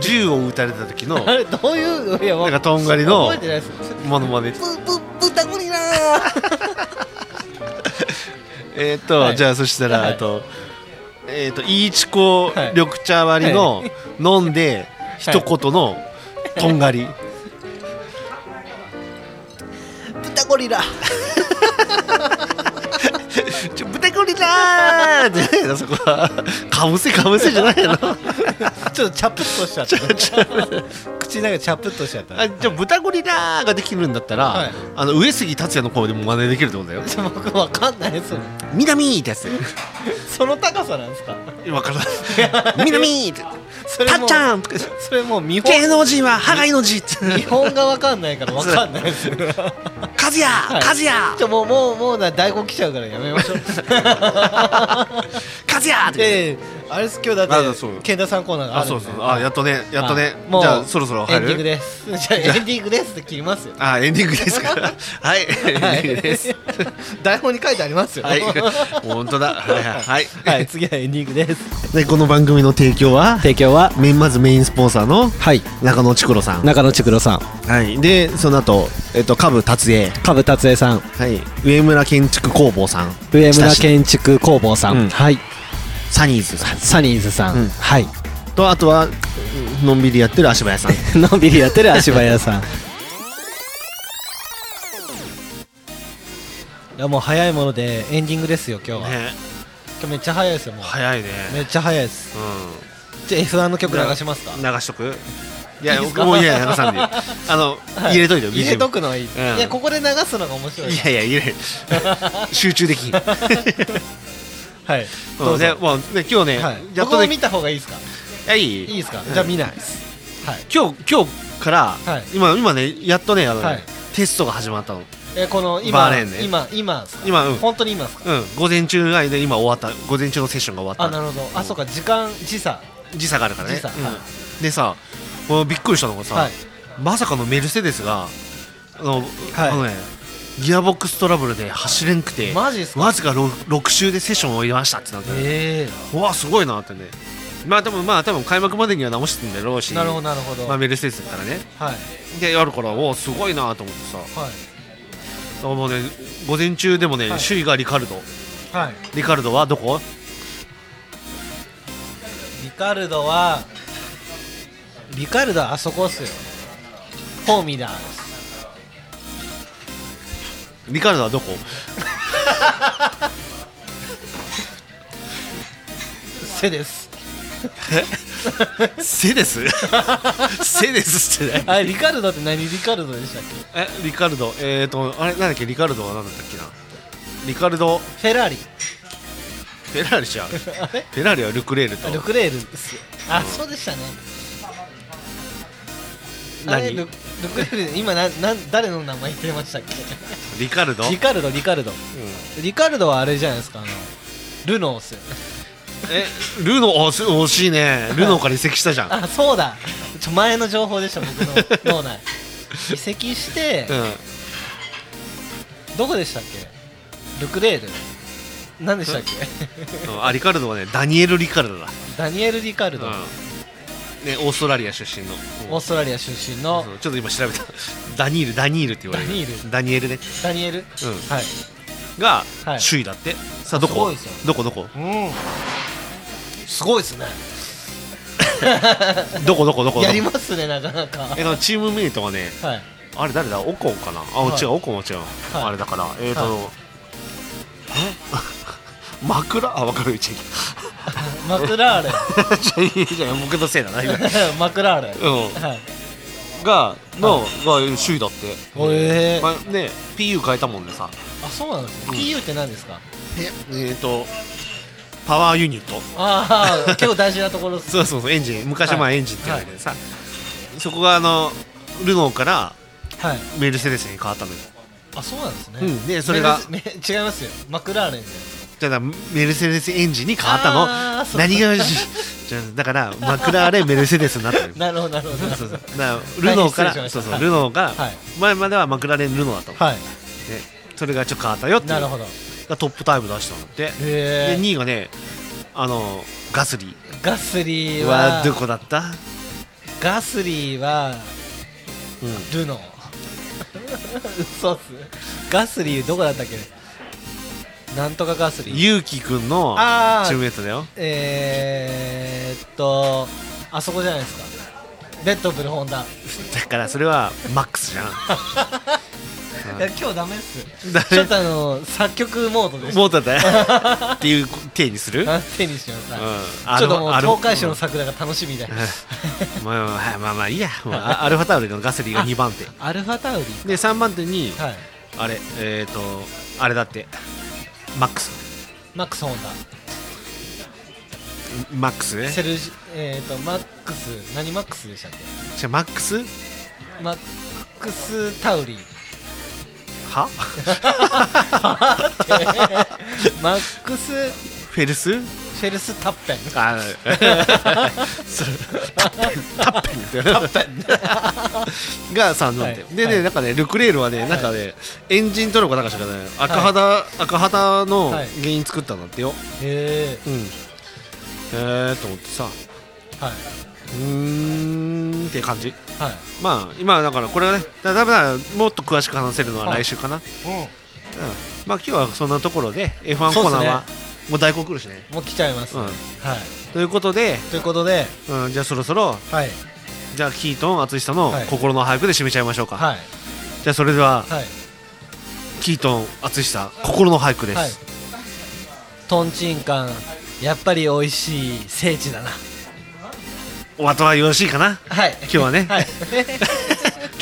C: 銃を撃たれた時の、
B: あ
C: な
B: れどういういやわ
C: んかとんがりの
B: 覚えてないです
C: ものまね。
B: ぶぶ豚ゴリラ
C: えーっと、
B: はい
C: じゃあ、そしたら、
B: はい
C: えっと。えーっと、いいちこ
B: はい
C: 緑茶割りの、飲んで、一
B: はい
C: 言の、とんがり。
B: 豚ゴリラ
C: ちょ、豚ゴリラーって、 そこは、かぶせかぶせじゃないの。
B: ちょっとチャプッとしちゃった口の中チャプッとしちゃった
C: あじゃあ、豚ゴリラーができるんだったら、
B: はい
C: あの、上杉達也の声でも真似できるってことだよ。
B: ちょ僕わかんないです
C: 南ってやつ。
B: その高さなんですか
C: わからない。南って。
B: そ
C: た
B: れ
C: っ
B: も
C: ちゃんとか
B: それもう見
C: 芸
B: 本
C: 能人は歯が命って。
B: 見本がわかんないからわかんないです
C: カズヤ
B: い
C: カズヤ
B: ちょもうもうもうな大根来ちゃうからやめま しょう
C: カズヤって。
B: ええあれです今日だ
C: あ
B: っ
C: そう
B: て健太さんコーナーがあ
C: あ、
B: るんで
C: そうそう。あ、やっとね、やっとね
B: はい。もう
C: じゃあ、そろそろ
B: エンデ
C: 入
B: ィング
C: る
B: です じゃあエンディングですって切りますよ
C: あ、エンディングですから。はい、エンディングです。
B: 台本に書いてありますよ
C: はい。本当だ。はいはいは。
B: はいい次はエンディングです
C: で、この番組の提供は、
D: 提供は
C: メインまずメインスポンサーの
D: はい
C: 中野ちくろさん。
D: 中野千黒さん
C: はい。で、その後、えっと、下部達也。
D: 株達江さん
C: はい。上村建築工房さん。
D: 上村建築工房さん、
C: うん
D: はい
C: サニーズさん。
D: サニーズさん、
C: うん
D: はい
C: と、あとは、のんびりやってる足早さん。
D: のんびりやってる足早さん
B: いやもう早いものでエンディングですよ今日は今
C: ね
B: 日めっちゃ早いですよもう
C: 早いね。
B: めっちゃ早いです
C: うん。
B: じゃあ F1 の曲流しますか
C: 流しとくいや
B: いいですか
C: もういや流さ んでいいあの、
B: はい
C: 入れといてよ
B: 入れと
C: BGM
B: くのはいい、
C: うん
B: いやここで流すのが面白い
C: いやいや入れ 集中できん
B: はい
C: そうねもうね今日ね、
B: はい
C: やっ
B: 僕も
C: と
B: 見
C: ね
B: た方がいいですか
C: いやい
B: い
C: い
B: いですか、じゃあ見ないですはい、
C: 今日今日から、
B: はい
C: 今今ねやっとねあのね、
B: はい
C: テストが始まったの
B: えこの今
C: バーレーンね
B: 今今ですか
C: 今うん
B: 本当に今ですか
C: うん午前中の間今終わった午前中のセッションが終わ
B: あ
C: っ
B: なるほどあそうか時間時差
C: た時差があるからね
B: 時差
C: うん
B: は
C: でさもうびっくりしたのがさ、
B: はい
C: まさかのメルセデスがあの、
B: はい
C: あのねギアボックストラブルで走れんくて
B: マジっすか
C: わずか 6, 6周でセッションを終えましたってなって、ね
B: え
C: うわすごいなってねまあでもまあ多分開幕までには直してんだろうし
B: えなるほどなるほど、
C: まあ、メルセデスだからね
B: はい
C: でやるからおおすごいなと思ってさだか
B: はい
C: らもうね午前中でもね、
B: はい
C: 首位がリカルド
B: はい
C: リカルドはどこ
B: リカルドはリカルドはあそこっすよフォーミダーです
C: リカルドはどこ
B: 背 です
C: セデス セデスってね
B: あリカルドって何リカルドでしたっけ
C: えリカルドえーとあれなんだっけリカルドはなんだったっけなリカルド
B: フェラーリ
C: フェラーリじゃんフ
B: あれ
C: ェラーリはルクレールと
B: ルクレールですよあそうでしたねあれ
C: 何
B: ルルクレール今ななん誰の名前言ってましたっけ
C: リカルド
B: リカルドリカルドリカルドはあれじゃないですかあのルノーっすよね
C: えルノーあす惜しいねルノーから移籍したじゃん
B: あそうだちょ前の情報でした僕の脳内移籍して
C: うん
B: どこでしたっけルクレール何でしたっけ
C: うんあリカルドはねダニエル・リカルドだ、
B: ダニエル・リカルド、
C: うんね、オーストラリア出身の、
B: オーストラリア出身の
C: そうちょっと今調べたダニールダニールって言われ
B: ダ
C: る
B: ニール
C: ダニエルね
B: ダニエル、はい
C: が
B: はい
C: 首位だって、さあど
B: すご
C: こ
B: いですよ
C: どこどこ
B: すごいです ね
C: どこどこどこ
B: やりますねなかなか
C: えっとチームメイトがね
B: はい
C: あれ誰だオコンかなあ、
B: はい
C: 違うオコンは違う、
B: はい
C: あれだからえっ、と、
B: は
C: え 枕あ分かるじゃ
B: マクラー レン
C: あいいじゃあ僕のせいだな今
B: マクラーレン
C: うん
B: はい
C: がの、が首位だって
B: おえ
C: まあね PU 変えたもんでさ
B: あそうなんですね PU って何ですか
C: ええーとパワーユニット
B: ああ結構大事なところです
C: そうそうそうエンジン昔はまあ
B: はい
C: エンジンって言われてさ、そこがあのルノーから
B: はい
C: メルセデスに変わったのよ
B: あそうなんですね、
C: うんでそれが
B: めめ違いますよマクラーレンで
C: じゃあメルセデスエンジンに変わった
B: あーそ
C: の
B: う
C: 何が じゃあだからマクラーレンメルセデスになったのよ
B: なるほどなるほど
C: そうそうだからルノーから
B: 大変失礼しました
C: そうそ
B: は
C: う
B: い
C: ルノーが
B: はい
C: 前まではマクラーレンルノーだったの、
B: はい
C: でそれがちょっと変わったよってい
B: な
C: う
B: るほど
C: がトップタイム出したんだって
B: へ
C: で
B: え
C: 2位がねあのガスリ
B: ガスリ
C: ー
B: ー
C: は
B: は
C: どこだった
B: ガスリーは
C: うん
B: ルノー嘘っすガスリーどこだったっけなんとかガスリー
C: ゆうきくんの
B: あー
C: チームメイトだよ
B: えー、っとあそこじゃないですかレッドブルホンダ
C: だからそれはマックスじゃん
B: いや今日ダメっす
C: ダメ
B: ちょっとあの作曲モードでした
C: もう だったよっていう体にする、うん、
B: 手にします、はい
C: あ
B: ちょっ
C: の
B: ともう
C: あの
B: 東海市の桜が楽しみだよ、
C: うんまあまあまあまあいいや、もうあアルファタウリのガスリーが2番手
B: アルファタウリ
C: で3番手に、
B: はい
C: あれえっ、ー、とあれだってマックス
B: マックスホン
C: マックスね
B: ダセルジえっ、とマックス何マックスでしたっけ
C: じゃあマックス
B: マックスタ ウリ
C: は
B: マックスフ
C: フェルス
B: ェルスタッペン
C: あそれタッペンタッペンってが3番手、
B: はい
C: でね、
B: はい
C: なんかねルクレールはねなんかね、エンジントロかなんかしかね赤肌、赤肌の
B: はい
C: 原因作ったんだってよ、
B: へえ
C: うんえーと思ってさ
B: はいう
C: ーんって感じ
B: はい
C: まあ今だからこれはねだだからもっと詳しく話せるのは
B: はい
C: 来週かな、うんまあ今日はそんなところで F1 コーナーは
B: そう
C: もう大根来るしね、
B: もう来ちゃいます、
C: うん
B: はい
C: ということで、
B: ということで
C: うん、じゃあそろそろ
B: はい
C: じゃあキートン淳さんの
B: はい
C: 心の俳句で締めちゃいましょうか、
B: はい
C: じゃあそれでは
B: はい
C: キートン淳さん心の俳句です、
B: はいとんちんかんやっぱり美味しい聖地だな
C: お後はよろしいかな
B: はい今
C: 日はね
B: はい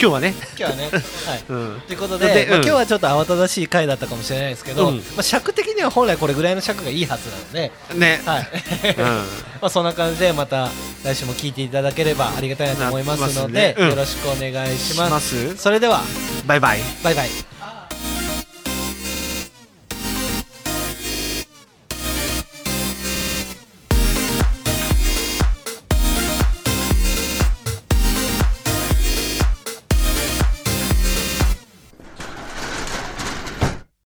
C: 今日はね
B: 今日はねはい
C: うん
B: ということで、
C: で
B: まあ
C: うん
B: 今日はちょっと慌ただしい回だったかもしれないですけど、
C: うん
B: まあ、尺的には本来これぐらいの尺がいいはずなので、
C: ね、
B: はい
C: うん
B: まあ、そんな感じでまた来週も聞いていただければありがたいなと思いますので
C: なってますねうん
B: よろしくお願いし
C: しま
B: ますすそれでは
C: バイバイ
B: バイバイ